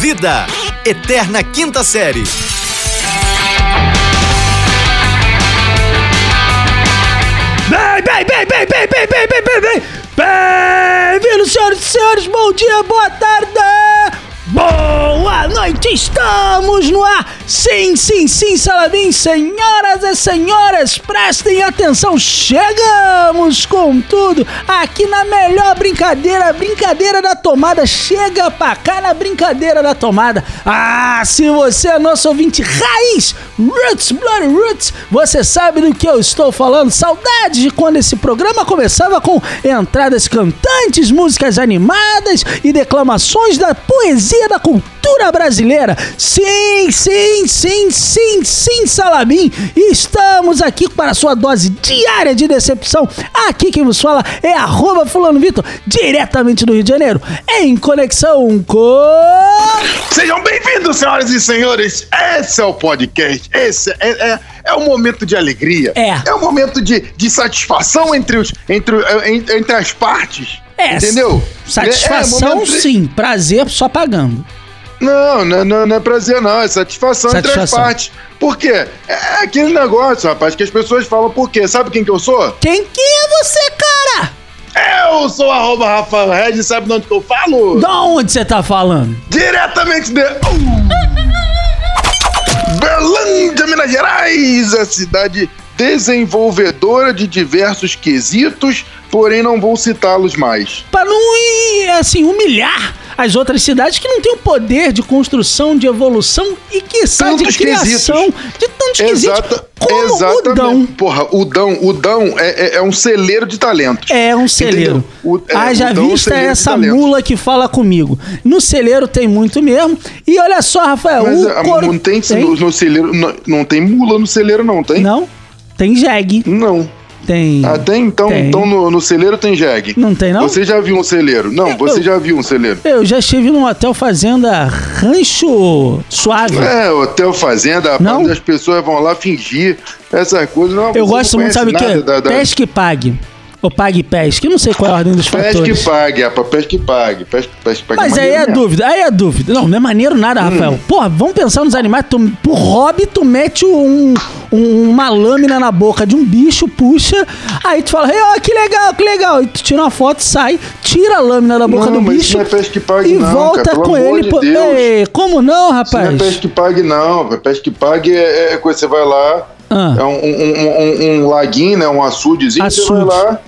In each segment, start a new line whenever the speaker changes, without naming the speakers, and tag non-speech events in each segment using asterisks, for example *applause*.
Vida, Eterna Quinta Série.
Bem, bem, bem, bem, bem, bem, bem, bem, bem, bem. Bem-vindos, senhoras e senhores. Bom dia, boa tarde. Boa noite, estamos no ar. Sim, sim, sim, Salabim, senhoras e senhores, prestem atenção. Chegamos com tudo aqui na melhor brincadeira, brincadeira da tomada. Chega pra cá na brincadeira da tomada. Ah, se você é nosso ouvinte raiz, Roots, Bloody Roots, você sabe do que eu estou falando. Saudades de quando esse programa começava com entradas cantantes, músicas animadas e declamações da poesia da cultura brasileira. Sim, sim, sim, sim, sim, Salabim. Estamos aqui para a sua dose diária de decepção. Aqui quem vos fala é arroba fulano Vitor, diretamente do Rio de Janeiro, em conexão com...
Sejam bem-vindos, senhoras e senhores. Esse é o podcast. Esse é, é, é um momento de alegria.
É.
É um momento de, de satisfação entre, os, entre, o- en- entre as partes.
É,
Entendeu? É, é
Satisfação
momento de-
sim, prazer só pagando.
Não, não, não, não é prazer, não. É satisfação, entre as
Satisfação.
partes. Por quê? É aquele negócio, rapaz, que as pessoas falam por quê. Sabe quem que eu sou?
Quem que é você, cara?
Eu sou arroba Rafael Regis, sabe de onde que eu falo?
Da onde você tá falando? *laughs*
Diretamente de. Uh! Berlândia, Minas Gerais, a cidade desenvolvedora de diversos quesitos, porém não vou citá-los mais.
Pra não ir, assim, humilhar as outras cidades que não têm o poder de construção, de evolução e que de
Tantos
criação de tantos quesitos
Exata,
como o Dão.
Porra, o Dão, o Dão é, é- é um celeiro de talentos.
É um celeiro.
Entendeu? O- é,
Haja
o Dão é um
vista
celeiro de
essa
talentos.
mula que fala comigo. No celeiro tem muito mesmo. E olha só, Rafael,
Mas
o
a-
coro-
não tem, No, no celeiro, não, não tem mula no celeiro, não, tem?
Não? Tem jegue.
Não.
Tem.
Até então,
Tem.
então no, no celeiro tem jegue.
Não tem, não?
Você já viu um celeiro? Não, você
eu-
já viu um celeiro.
Eu já estive num hotel fazenda Rancho Suave.
É, hotel fazenda,
Não?
rapaz, as pessoas vão lá fingir essas coisas. Não,
Eu
você
gosto
não
muito, sabe o
conhece
quê?
nada da- da-
Pesca e pague. Ou pague e pesque. Eu não sei qual é a ordem dos
Pesca
fatores.
e pague, rapaz, pesca e pague. Pesca, pesca, e pague.
Mas aí é
maneiro mesmo. Hum.
dúvida, aí é dúvida. Não, não é maneiro nada, Rafael. Porra, vamos pensar nos animais. Tu, por hobby, tu mete um, um- uma lâmina na boca de um bicho, puxa, aí tu fala, "Ei, ó, que legal, que legal. E tu tira uma foto, sai, tira a lâmina da boca
Não,
do
mas
bicho
isso não é pesca e pague
e
não, cara,
volta
pelo
com
amor
ele.
de
pô-
Deus.
Ei, como não,
Isso Não é
rapaz?
pesca e pague, não. velho. Pesca e pague é, é coisa, você vai lá,
Ah.
é um, um- um- um- um laguinho, né? Um açudezinho,
Açude.
você vai lá,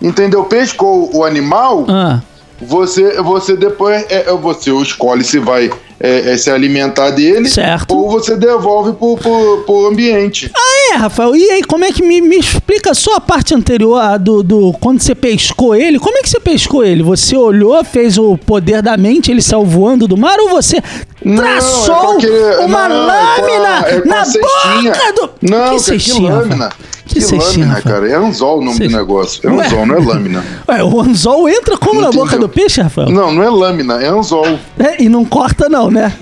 entendeu? Pescou o animal,
Ah,
você, você depois, é, é, você escolhe se vai é, é, se alimentar dele
Certo.
ou você devolve pro, pro, pro ambiente.
É, Rafael, e aí, como é que me, me explica só a parte anterior a do, do- Quando você pescou ele, como é que você pescou ele? Você olhou, fez o poder da mente, ele saiu voando do mar, ou você
Não, é com
traçou
aquele-
uma
não, é com a-
lâmina
é com a
na
cestinha.
boca do.
Não, que, que
Rafael?
lâmina.
Que cestinha,
lâmina,
Rafael?
cara. É anzol o nome
Cestinha.
do negócio. É
Ué.
anzol, não é lâmina.
*laughs* Ué, o anzol entra como na
Não
boca
entendeu.
do peixe, Rafael?
Não, não é lâmina, é anzol.
É, e não corta, não, né?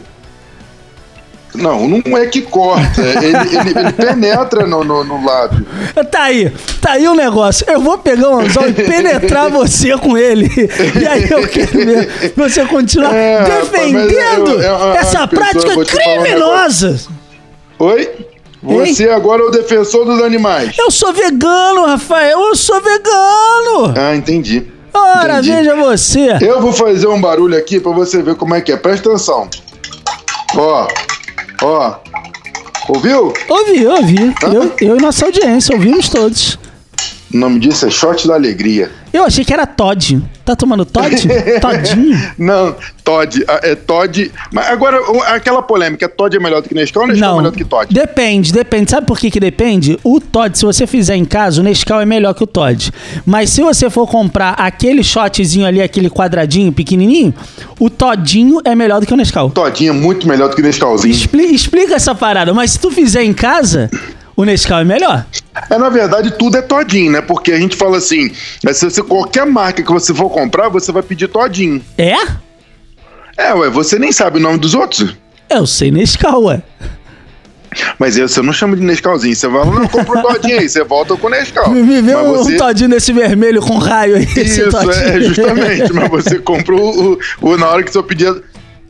Não, não é que corta. Ele, ele-
*laughs*
ele penetra no, no- no lábio.
Tá aí, tá aí o negócio. Eu vou pegar um anzol e
*laughs*
penetrar você com ele. E aí eu quero ver você continuar
É, rapaz,
defendendo
mas eu- eu- eu-
essa
é, as pessoas,
prática
vou te falar um
criminosa.
Oi? Você agora é o defensor dos animais.
Eu sou vegano, Rafael, eu sou vegano.
Ah, entendi.
Ora,
entendi.
veja você.
Eu vou fazer um barulho aqui pra você ver como é que é. Presta atenção. Ó, ó. Ouviu?
Ouvi, ouvi. Eu, eu e nossa audiência, ouvimos todos.
O nome disso é shot da alegria.
Eu achei que era Todd. Tá tomando
*laughs*
Todd? Todinho?
Não, Todd. a- É Todd. Mas agora, o- aquela polêmica, Todd é melhor do que Nescau ou Nescau é
Não.
melhor do que Todd?
Depende, depende. Sabe por que, que depende? O Todd, se você fizer em casa, o Nescau é melhor que o Todd. Mas se você for comprar aquele shotzinho ali, aquele quadradinho pequenininho, o Todinho é melhor do que o Nescau.
Todinho é muito melhor do que Nescauzinho.
Expli- explica essa parada, mas se tu fizer em casa, o Nescau é melhor.
É, na verdade, tudo é Todinho, né? Porque a gente fala assim, é, se você, qualquer marca que você for comprar, você vai pedir Todinho.
É?
É, ué, você nem sabe o nome dos outros.
Eu sei Nescau, ué.
Mas aí você não chama de Nescauzinho. Você vai lá, não, compra o Todinho aí. Você volta com o
*laughs*
Nescau.
Me vê
Mas
um,
você-
um Todinho desse vermelho com raio aí. esse
Isso, *laughs*
todinho.
é, justamente. Mas você comprou o, o- na hora que você pedia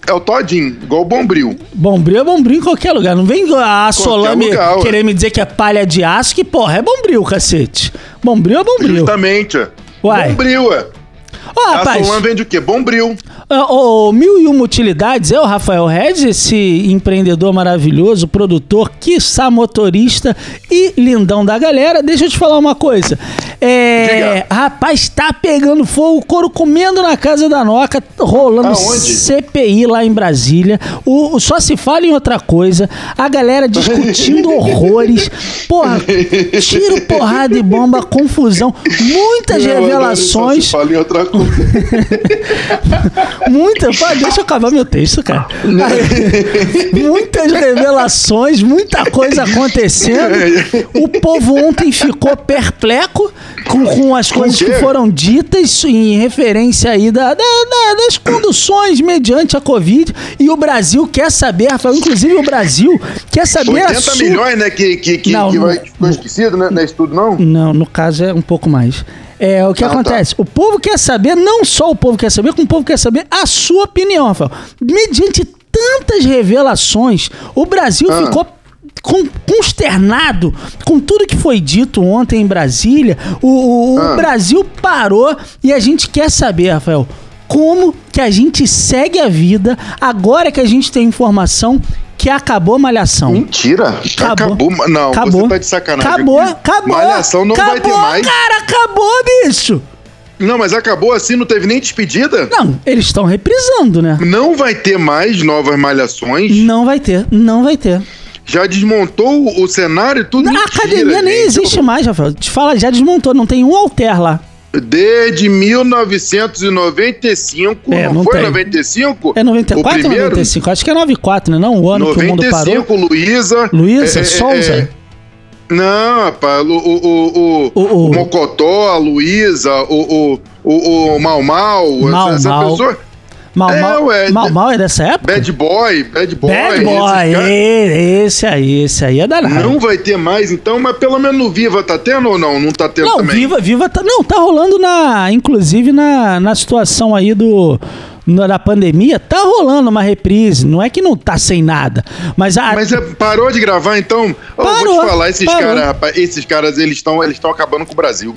É o Todinho, igual o Bombril.
Bombril é bombril em qualquer lugar. Não vem a Solame
lugar, ué.
querer me dizer que é palha de aço, que porra, é bombril, cacete. Bombril é bombril.
Justamente, ó.
Uai.
Bombril, é. ué.
Ô,
A
rapaz,
Solan vende o quê? Bombril.
ah, ô, mil e uma utilidades é o Rafael Regis, esse empreendedor maravilhoso, produtor, quiçá motorista e lindão da galera. Deixa eu te falar uma coisa. É,
Diga.
rapaz, tá pegando fogo, o couro comendo na casa da Noca, rolando
Aonde?
CPI lá em Brasília. O, o- só se fala em outra coisa. A galera
*laughs*
discutindo horrores. Porra, tiro, porrada e bomba, confusão. Muitas
Não,
revelações.
agora eu só se falo em
*laughs*
outra coisa.
Muita, pá, deixa eu acabar meu texto, cara. Aí, muitas revelações, muita coisa acontecendo. O povo ontem ficou perplexo com, com as coisas
quê?
que foram ditas em referência aí da, da- da- das conduções mediante a Covid. E o Brasil quer saber, Rafael, inclusive o Brasil quer saber a
80
sua...
milhões, né? Que, que, que,
Não,
que
não-
vai, ficou esquecido, né? Não é isso tudo, não?
Não, no caso é um pouco mais. É, o que
Ah, tá.
acontece? O povo quer saber, não só o povo quer saber, como o povo quer saber a sua opinião, Rafael. Mediante tantas revelações, o Brasil
Ah.
ficou con- consternado com tudo que foi dito ontem em Brasília. O, o- o
Ah.
Brasil parou e a gente quer saber, Rafael, como que a gente segue a vida agora que a gente tem informação que acabou a malhação.
Mentira. Acabou. Não, você tá de sacanagem.
Acabou, acabou.
Malhação não
acabou,
vai ter mais.
cara, acabou, bicho.
Não, mas acabou assim, não teve nem despedida?
Não, eles estão reprisando, né?
Não vai ter mais novas malhações.
Não vai ter, não vai ter.
Já desmontou o- o cenário e tudo.
a
Mentira,
academia nem
gente.
existe mais, Rafael. Te fala, já desmontou, não tem um alter lá.
Desde 1995.
É,
não,
não
foi
tem.
95?
É 94
o
ou
primeiro?
95? Acho que é 94, né? Não, o ano que o mundo parou.
95, Luísa.
Luísa,
é, é,
Souza.
é, Não, rapaz, o, o, o, o,
O- o-
o Mocotó, a Luísa, o, o, o, o Mal Mal,
Mau
essa,
Mau.
pessoa.
Mal,
É,
mal,
ué,
mal, mal é dessa época?
Bad Boy, Bad Boy.
Bad
esses
Boy,
caras.
e- esse aí, esse aí é danado.
Não vai ter mais, então, mas pelo menos no Viva tá tendo ou não? Não tá tendo
Não,
também?
Viva, Viva tá. Não, tá rolando na. Inclusive na, na situação aí do. Na, da pandemia, tá rolando uma reprise. Não é que não tá sem nada. Mas a.
Mas é, parou de gravar, então? Ó,
Parou,
vou te falar, esses
parou.
caras, rapaz, esses caras, eles estão eles tão acabando com o Brasil.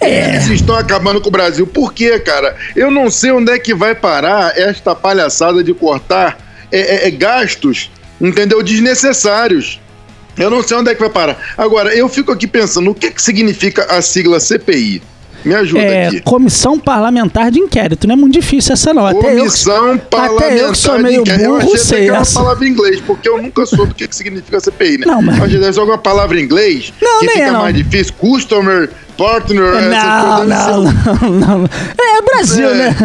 É.
Eles estão acabando com o Brasil. Por quê, cara? Eu não sei onde é que vai parar esta palhaçada de cortar é, é, é, gastos, entendeu? Desnecessários. Eu não sei onde é que vai parar. Agora, eu fico aqui pensando, o que, que significa a sigla CPI? Me ajuda
é,
aqui.
comissão parlamentar de inquérito. Não é muito difícil essa, não. Até eu,
Comissão é, parlamentar.
até eu que sou
de
meio
inquérito. Eu
burro,
achei até
sei
que era uma
essa.
palavra em inglês, porque eu nunca soube o que, que significa CPI, né?
Não, mas-
Mas deve ser alguma palavra em inglês
Não,
que
nem
fica
é, não.
mais difícil. Customer, partner,
Não,
um
não, não, não. É Brasil,
É.
né?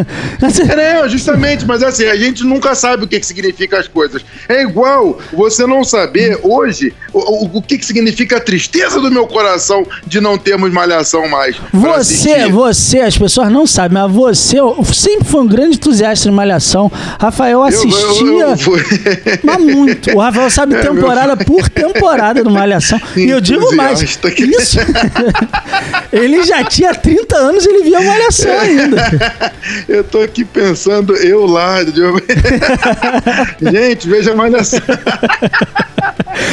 É, não, justamente, mas assim, a gente nunca sabe o que, que significa as coisas. É igual você não saber hoje o, o- o que, que significa a tristeza do meu coração de não termos malhação mais. pra
Você,
assistir.
você, as pessoas não sabem, mas você eu sempre foi um grande entusiasta de Malhação. Rafael
Eu- eu-
assistia.
eu- eu fui- *laughs*
Mas muito. O Rafael sabe temporada por temporada do *laughs* Malhação. E eu tá digo mais.
Entusiasta que-
Isso. *laughs* ele já tinha 30 anos e ele via Malhação ainda.
Eu tô aqui pensando, eu lá. de-
*laughs*
Gente, veja mais nessa.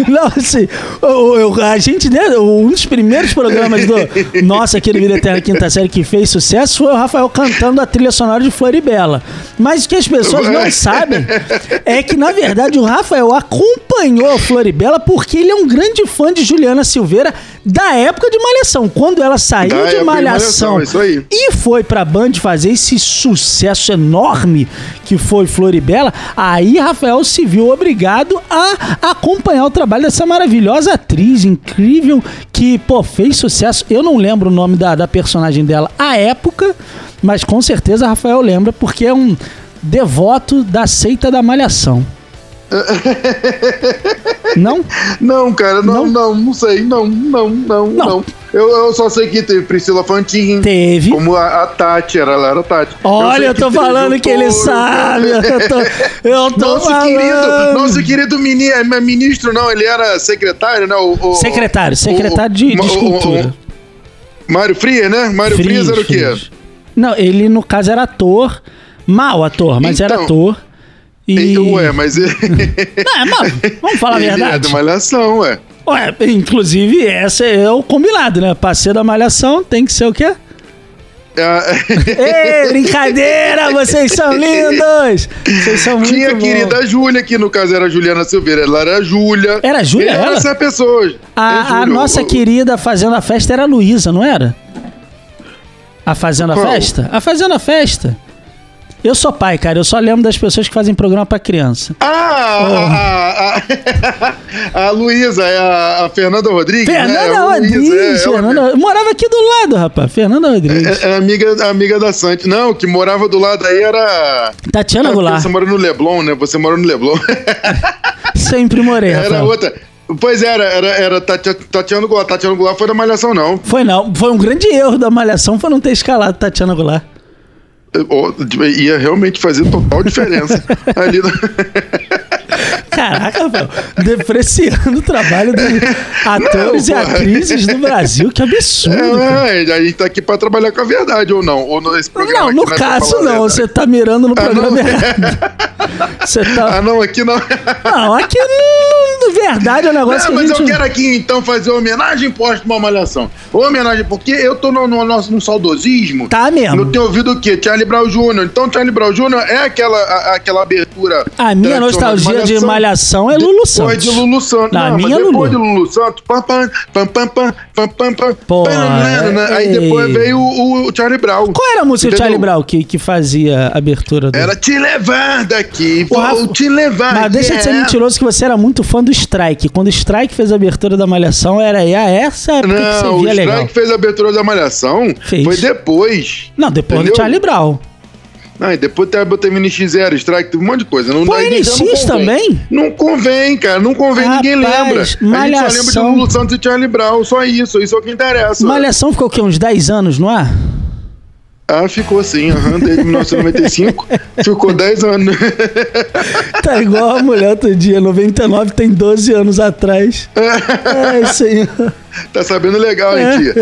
Não, assim, eu, eu- a gente, né, um dos primeiros programas do nossa, aquele Vida Eterna Quinta Série que fez sucesso foi o Rafael cantando a trilha sonora de Floribela. Mas o que as pessoas não sabem é que, na verdade, o Rafael acompanhou a Floribela porque ele é um grande fã de Juliana Silveira da época de Malhação, quando ela saiu
Da época
de
de
Malhação.
Malhação, é isso aí.
É E foi pra Band fazer esse sucesso enorme que foi Floribela. Aí Rafael se viu obrigado a acompanhar o trabalho dessa maravilhosa atriz incrível que, pô, fez sucesso. Eu não lembro o nome da, da personagem dela à época, mas com certeza Rafael lembra porque é um devoto da seita da
*laughs*
Malhação. não?
Não, cara,
Não?
não, não, não, sei. Não, não, não,
Não.
não. Eu, eu só sei que teve Priscila Fantin.
Teve.
Como a, a Tati, era, ela era a Tati.
Olha, eu,
sei
tô
que teve
falando
o
que ele
Toro.
sabe. Eu tô, eu tô
*laughs* Nosso
falando.
querido, nosso querido mini, é ministro, não, ele era secretário, né? O, o-
Secretário,
o-
secretário de, de
o- o-
escultura.
o- Mário Frias, né? Mário Frias, era o quê?
Frias. Não, ele no caso era ator, mal ator, mas era
Então.
ator. E...
Ué, mas ele,
Não,
*laughs*
mas vamos falar a
ele é
verdade.
da malhação, ué.
Ué, inclusive, esse é o combinado, né? Parceiro da malhação tem que ser o quê?
Ah,
Ei, brincadeira! Vocês são lindos! Vocês são muito
Tinha a
bons.
querida Júlia, que no caso era a Juliana Silveira, ela era a Júlia.
Era a Júlia,
Ele era
ela?
essa pessoa. hoje. É
A, a
Júlia,
nossa
o-
querida Fazenda Festa era a Luísa, não era? A Fazenda
Qual?
Festa? A Fazenda Festa. Eu sou pai, cara. Eu só lembro das pessoas que fazem programa pra criança.
Ah, a, a, a, a Luísa, é a, a Fernanda Rodrigues. né?
Fernanda
É a Luísa,
Rodrigues.
é, ela
Fernanda-
mesmo.
Eu Morava aqui do lado, rapaz. Fernanda Rodrigues.
É, é amiga, amiga da Santi. Não, que morava do lado aí era.
Tatiana
Ah,
Goulart.
Você mora no Leblon, né? Você mora no Leblon. *laughs*
Sempre morei,
Era
rapaz.
outra. Pois era, era, era Tatia- Tatiana Goulart. Tatiana Goulart foi da Malhação, não.
Foi não. Foi um grande erro da Malhação foi não ter escalado Tatiana Goulart.
Ou- Ia realmente fazer
*laughs*
total diferença. Ali na-
Caraca, velho. Depreciando o trabalho dos atores
Não,
e
pô.
atrizes do Brasil. Que absurdo, cara.
É, a gente tá aqui pra trabalhar com a verdade, ou não? Ou no, esse programa
Não,
aqui
no
é pra
caso
falar a
não.
verdade.
Você tá mirando no programa
Ah, não.
errado.
*laughs*
Você
Ah,
tá...
não, aqui Ah, não.
Não, aqui não... Verdade é um negócio
Ah,
que a
mas
gente...
eu quero aqui então fazer homenagem póstuma à malhação. Homenagem, porque eu tô no, no nosso no saudosismo.
Tá mesmo.
Não tenho ouvido o quê? Charlie Brown Jr. Então, Charlie Brown Jr. é aquela, a- aquela abertura.
A minha nostalgia de Malhação é Lulu
Foi
Santos.
de Lulu Santos.
Não, a
mas
minha é Lulu.
depois de Lulu Santos. Pam, pam, pam, pam, pam, pam, pam, pam,
Pô,
pananana. Aí
ei.
depois veio o, o Charlie Brown.
Qual era a música do
Entendeu?
Charlie Brown que, que fazia a abertura do...
Era te levar daqui, vou
Rafa,
te levar. É.
Mas deixa de ser
yeah.
mentiroso que você era muito fã do Strike. Quando o Strike fez a abertura da Malhação, era aí, ah, essa é a época que
Não,
você
o
via
Strike
legal.
fez a abertura da Malhação.
Fez.
Foi depois.
Não, depois do
Entendeu?
Charlie Brown.
Não, e depois teve, teve NX Zero, Strike, teve um monte de coisa. Não,
Pô,
aí já não
NX
convém.
também?
Não convém, cara. Não convém, ninguém
Rapaz,
lembra. A gente só lembra
Malhação.
de um Lulu Santos e Charlie Brown. Só isso, isso é o que interessa.
Malhação ficou o quê? Uns 10 anos no ar?
Ah, ficou assim, aham, desde 1995. ficou 10 anos.
Tá igual a mulher outro dia, 99 tem 12 anos atrás. Ai, senhor.
tá sabendo legal, hein,
*laughs*
tia?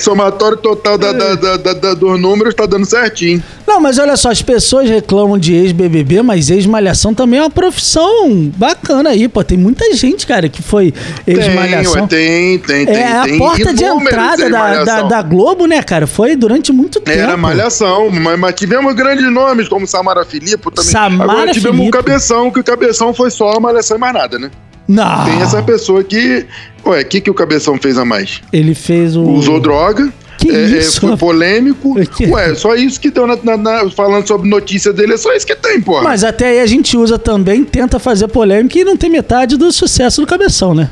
Somatório total da, da, da, da- da- dos números tá dando certinho.
Não, mas olha só, as pessoas reclamam de ex-BBB, mas ex-malhação também é uma profissão bacana aí, pô. Tem muita gente, cara, que foi
ué,
ex-malhação.
tem, tem, tem.
É a
tem
porta de
inúmeros
entrada
em
da, da,
Malhação.
da Globo, né, cara? Foi durante muito tempo.
Era malhação, mas, mas tivemos grandes nomes como Samara Filippo também.
Samara
Agora tivemos
Filippo.
o Cabeção, que o Cabeção foi só a malhação e mais nada, né?
Não.
Tem essa pessoa que. Ué, o que, que o Cabeção fez a mais?
Ele fez o.
Usou droga.
Que
é, é,
isso,
foi
rapaz? *laughs*
polêmico.
Que-
Ué, só isso que deu na, na- na- falando sobre notícia dele, é só isso que tem, porra.
Mas até aí a gente usa também, tenta fazer polêmica e não tem metade do sucesso do cabeção, né?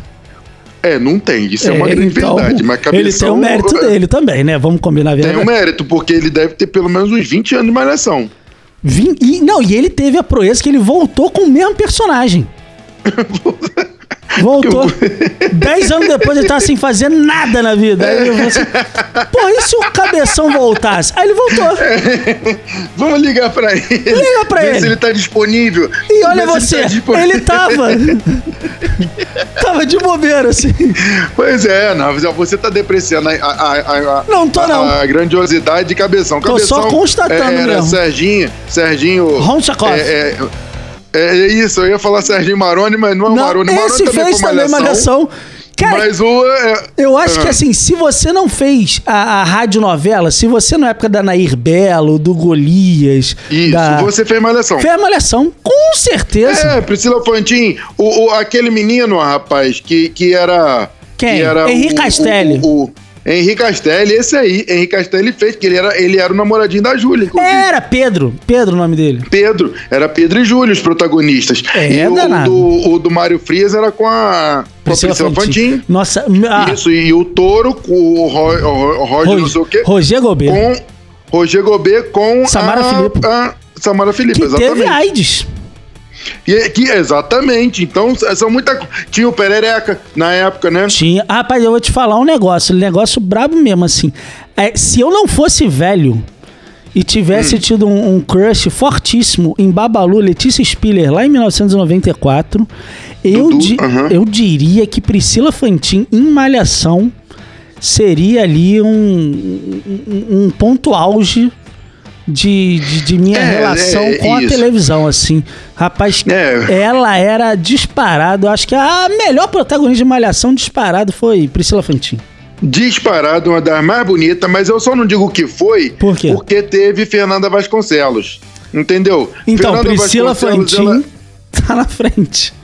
É, não tem. Isso é, uma grande verdade. Mas cabeção,
um então,
é
ele tem o mérito dele também, né? Vamos combinar a
Tem
verdade.
um mérito, porque ele deve ter pelo menos uns 20 anos de malhação.
Vim- e, não, e ele teve a proeza que ele voltou com o mesmo
*laughs*
personagem. Voltou. Dez anos depois ele tava sem fazer nada na vida. Aí ele falou assim,
É.
Pô, e se o cabeção voltasse? Aí ele voltou.
Vamos ligar pra ele.
Liga pra
Ver
ele.
se ele tá disponível.
E olha
Ver se
você,
tá disponível.
ele
*laughs*
tava. tava de bobeira, assim.
Pois é, não, você tá depreciando a, a- a- a-
Não tô,
a-
não.
a grandiosidade de Cabeção.
Tô só
Cabeção
constatando
é, era
mesmo.
Serginho, Serginho...
Ron Chacon.
É, é, é- é isso, eu ia falar Serginho Maroni, mas não é o
Não,
Maroni. Maroni
esse fez
foi
também malhação. Cara,
Mas o... é,
eu acho
ah,
que assim, se você não fez a, a radionovela, se você na época da Nair Belo, do Golias,
Isso,
é da...
você fez Malhação.
fez a malhação, com certeza.
É, Priscila Fantin, o, o- aquele menino, rapaz, que, que era.
Quem?
Que era
Henri Castelli.
O, o- Henri Castelli, esse aí. Henri Castelli fez, que ele era, ele era o namoradinho da Júlia, inclusive.
Era Pedro, Pedro o nome dele.
Pedro, era Pedro e Júlio os protagonistas.
É,
e o
danado.
do, o do Mário Frias era com a, com a Priscila, Fantin.
Nossa, ah, a-
Isso, e o Touro com o Ro- Ro- Roger, não
Rog-
sei o quê.
Roger Gobet.
Com Roger Gobet com
Samara
a,
Filippo.
a Samara Filipe,
que
exatamente.
teve AIDS.
E- é que- exatamente. Então, s- são muita. co- Tinha o Perereca na época, né?
Tinha. Ah, rapaz, eu vou te falar um negócio, um negócio brabo mesmo, assim. É, se eu não fosse velho e
Hum.
tivesse tido um, um crush fortíssimo em Babalu, Letícia Spiller, lá em 1994, eu,
Dudu,
di-
aham.
eu diria que Priscila Fantin, em Malhação, seria ali um, um, um ponto um auge de, de, de minha
É,
relação
é,
com a
isso.
televisão, assim. Rapaz,
É.
ela era disparado. Acho que a melhor protagonista de Malhação disparado foi Priscila Fantin.
Disparado, uma das mais bonitas, mas eu só não digo o que foi
Por quê?
porque teve Fernanda Vasconcelos. Entendeu?
Então,
Fernanda
Priscila
Vasconcelos,
Fantin
ela-
tá na frente.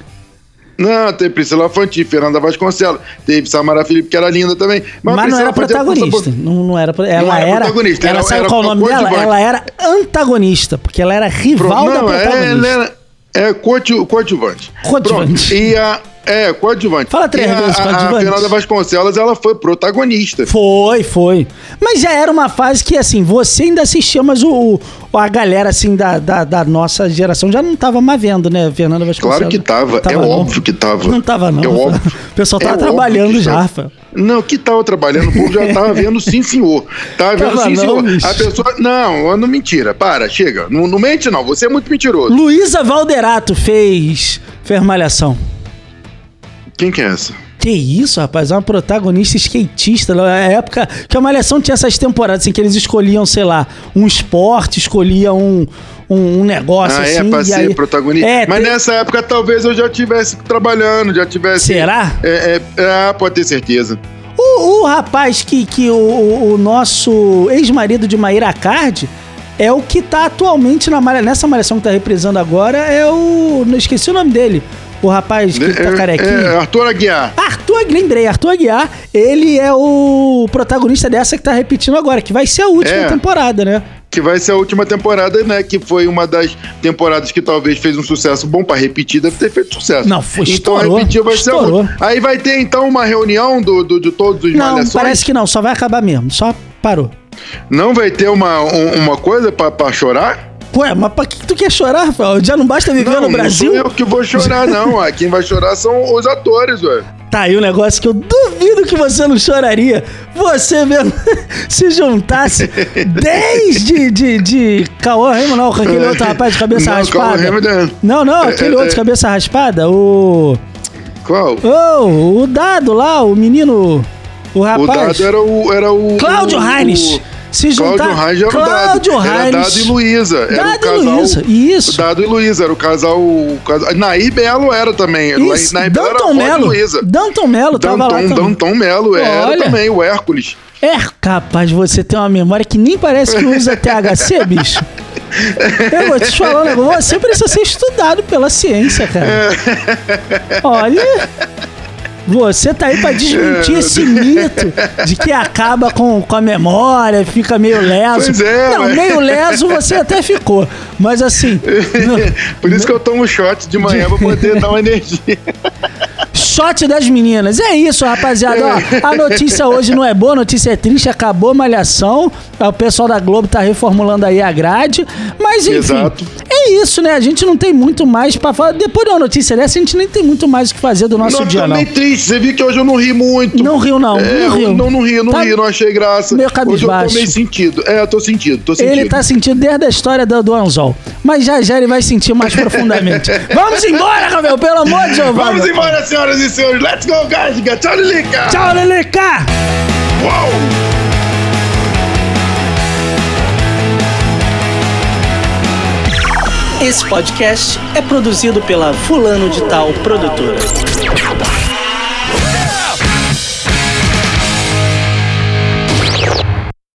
Não, teve Priscila Fantin, Fernanda Vasconcelos, teve Samara Felipe, que era linda também.
Mas, não
Priscila
era
Fantin é
protagonista. Não, não era, pro- ela
era
era,
protagonista,
Ela
era-
sabe
era
qual é o nome dela?
coadjuvante.
Ela era antagonista, porque ela era rival da
Não, é,
protagonista.
ela era- é coadju- coadjuvante.
Coadjuvante.
Pronto, E a. É, coadjuvante.
Fala três
E a-
vezes,
a-
coadjuvante.
A Fernanda Vasconcelos, ela foi protagonista.
Foi, foi. Mas já era uma fase que, assim, você ainda assistia, mas o, o- a galera, assim, da, da, da nossa geração já não tava mais vendo, né, Fernanda Vasconcelos?
Claro que tava, é óbvio que tava.
Não tava, não.
É óbvio.
O pessoal tava
É óbvio
trabalhando
que
já,
tava.
Rafa.
Não, que tal trabalhando? O povo já tava vendo sim, senhor. Tava vendo
Tava
sim,
não,
senhor.
bicho.
A pessoa. Não, não mentira. Para, chega. Não, não mente, não. Você é muito mentiroso.
Luísa Valderato fez, fez Malhação.
Quem que é essa?
Que isso, rapaz? É uma protagonista skatista. Na época que a Malhação tinha essas temporadas assim, que eles escolhiam, sei lá, um esporte, escolhiam um, um, um negócio
ah,
assim.
é pra
e
ser
aí-
protagonista.
É,
Mas
tem-
nessa época talvez eu já tivesse trabalhando, já tivesse.
Será?
É, é, ah, pode ter certeza.
O, o rapaz que, que o, o- o nosso ex-marido de Maíra Card é o que tá atualmente na malha, nessa malhação que tá reprisando agora, é o. Não esqueci o nome dele. O rapaz que tá
É,
carequinho.
é, Arthur Aguiar.
Arthur, lembrei, Arthur Aguiar, ele é o protagonista dessa que tá repetindo agora, que vai ser a última
É.
temporada, né?
Que vai ser a última temporada, né? Que foi uma das temporadas que talvez fez um sucesso bom pra repetir, deve ter feito sucesso.
Não, foi-
Então
estourou,
repetiu, vai ser. a
estourou.
última. Aí vai ter então uma reunião do, do- de todos os
Não,
malhações.
parece que não, só vai acabar mesmo, só parou.
Não vai ter uma, um- uma coisa pra, pra chorar?
Ué, mas pra que que tu quer chorar, Rafael? Já não basta viver
não,
no Brasil?
não sou eu que vou chorar,
*laughs*
não. Ah, Quem vai chorar são os atores, ué.
Tá aí um negócio que eu duvido que você não choraria. Você mesmo *laughs* se
*laughs*
juntasse 10 de, de, de Cauã Raymond, não, com aquele outro rapaz de cabeça
É. Não, Cauã
raspada.
Raymond,
não, não, aquele
é,
outro
é.
de cabeça raspada, o.
Qual?
Oh, o dado lá, o menino. O
O
rapaz.
dado era o. Era o
Cláudio
o-
Reines. Se juntar.
Cláudio Reis era o dado.
Cláudio
Era
Reines.
Dado e Luísa. Era o
Dado e
casal.
Luísa, isso.
Dado e Luísa, era o casal. O casal Nair Belo era também.
Isso,
Nair Belo
Danton
era a avó de
Melo.
Luísa.
Danton Melo tava lá.
Danton,
também.
Danton Melo era
Olha.
também, o Hércules.
É capaz você ter uma memória que nem parece que usa
*laughs*
THC, bicho. Eu vou te falar um negócio, você precisa ser estudado pela ciência, cara. Olha, você tá aí pra desmentir
É.
esse mito de que acaba com, com a memória, fica meio leso.
Pois é,
Não,
mas-
meio leso você até ficou, mas
*laughs*
assim, no-
Por isso que eu tomo shot de manhã
*laughs*
pra poder dar uma energia.
shot das meninas. É isso, rapaziada. Ó, a notícia hoje não é boa, a notícia é triste, acabou a malhação. É, O pessoal da Globo tá reformulando aí a grade. Mas enfim,
Exato.
é isso, né? A gente não tem muito mais pra falar. Depois de uma notícia dessa, a gente nem tem muito mais o que fazer do nosso
Nossa,
dia,
tá
não.
bem triste. Você viu que hoje eu não ri muito.
Não riu, não.
É,
não riu.
Não, não ri, não
Tá-
ri, não achei graça.
meio
Hoje eu
cabisbaixo.
tô meio sentido. É, eu tô sentido, tô sentido.
Ele tá sentindo desde a história do, do Anzol. Mas já já ele vai sentir mais
*laughs*
profundamente. Vamos embora, Ravel, pelo amor de Jeová.
Vamos
meu.
embora, senhoras e senhores. Let's go, guys. Tchau, Lilica.
Tchau, Lelica!
Uau.
Esse podcast é produzido pela Fulano de Tal Produtora.